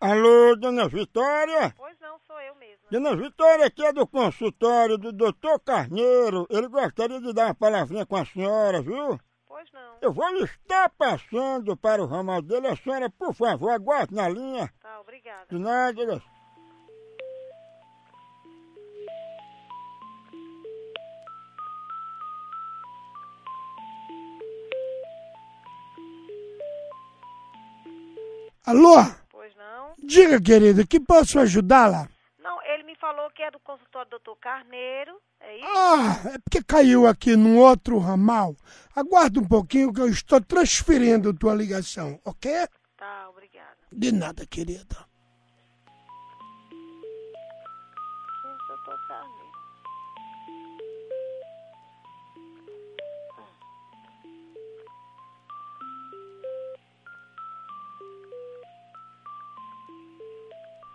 Alô, dona Vitória? Pois não, sou eu mesma. Dona Vitória, aqui é do consultório do Dr. Carneiro. Ele gostaria de dar uma palavrinha com a senhora, viu? Pois não. Eu vou estar passando para o ramal dele. A senhora, por favor, aguarde na linha. Tá, obrigada. De nada, ele- Alô? Pois não. Diga, querida, que posso ajudá-la? Não, ele me falou que é do consultório do Dr. Carneiro. É isso? Ah, é porque caiu aqui num outro ramal. Aguarda um pouquinho que eu estou transferindo tua ligação, ok? Tá, obrigada. De nada, querida. Gente, Dr. Carneiro.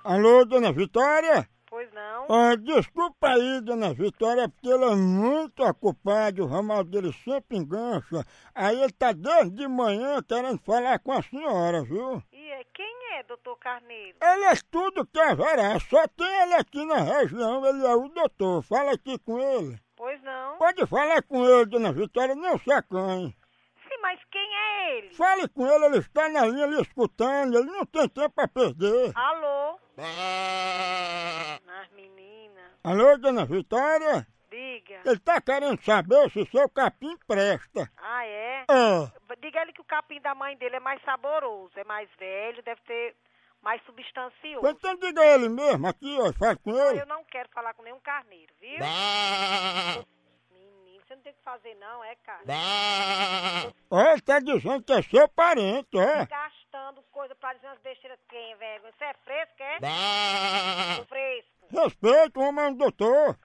Alô, dona Vitória? Pois não. Ah, desculpa aí, dona Vitória, porque ele é muito ocupado, o ramal dele sempre engancha. Aí ele tá desde de manhã querendo falar com a senhora, viu? E é, quem é Dr. Carneiro? Ele é tudo que haverá, só tem ele aqui na região, ele é o doutor. Fala aqui com ele. Pois não. Pode falar com ele, dona Vitória, não se acanhe. Sim, mas quem é ele? Fale com ele, ele está na linha lhe escutando, ele não tem tempo a perder. Alô? Ah! Mas menina, Alô, dona Vitória? diga. Ele tá querendo saber se seu capim presta. Ah, é? Ah. Diga ele que o capim da mãe dele é mais saboroso, é mais velho, deve ter mais substancioso. Pois Então diga a ele mesmo aqui, ó, faz com ele. Eu não quero falar com nenhum carneiro, viu? Menino, você não tem o que fazer não, é, cara? Ó, ele tá dizendo que é seu parente, ó. Gastando coisa pra dizer umas besteiras quem, velho? Você é fresco, é? Tô fresco. Respeito, o homem é um doutor.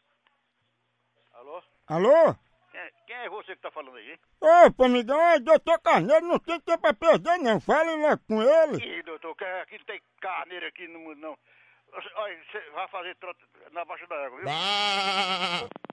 Alô? Alô? Quem, quem é você que tá falando aí? hein? Ô, amigão, é doutor Carneiro, não tem tempo a perder, não. Fale logo com ele. Ih, doutor, que- aqui não tem carneiro aqui no mundo, não. Você- Olha, você vai fazer trota na baixa da água, viu?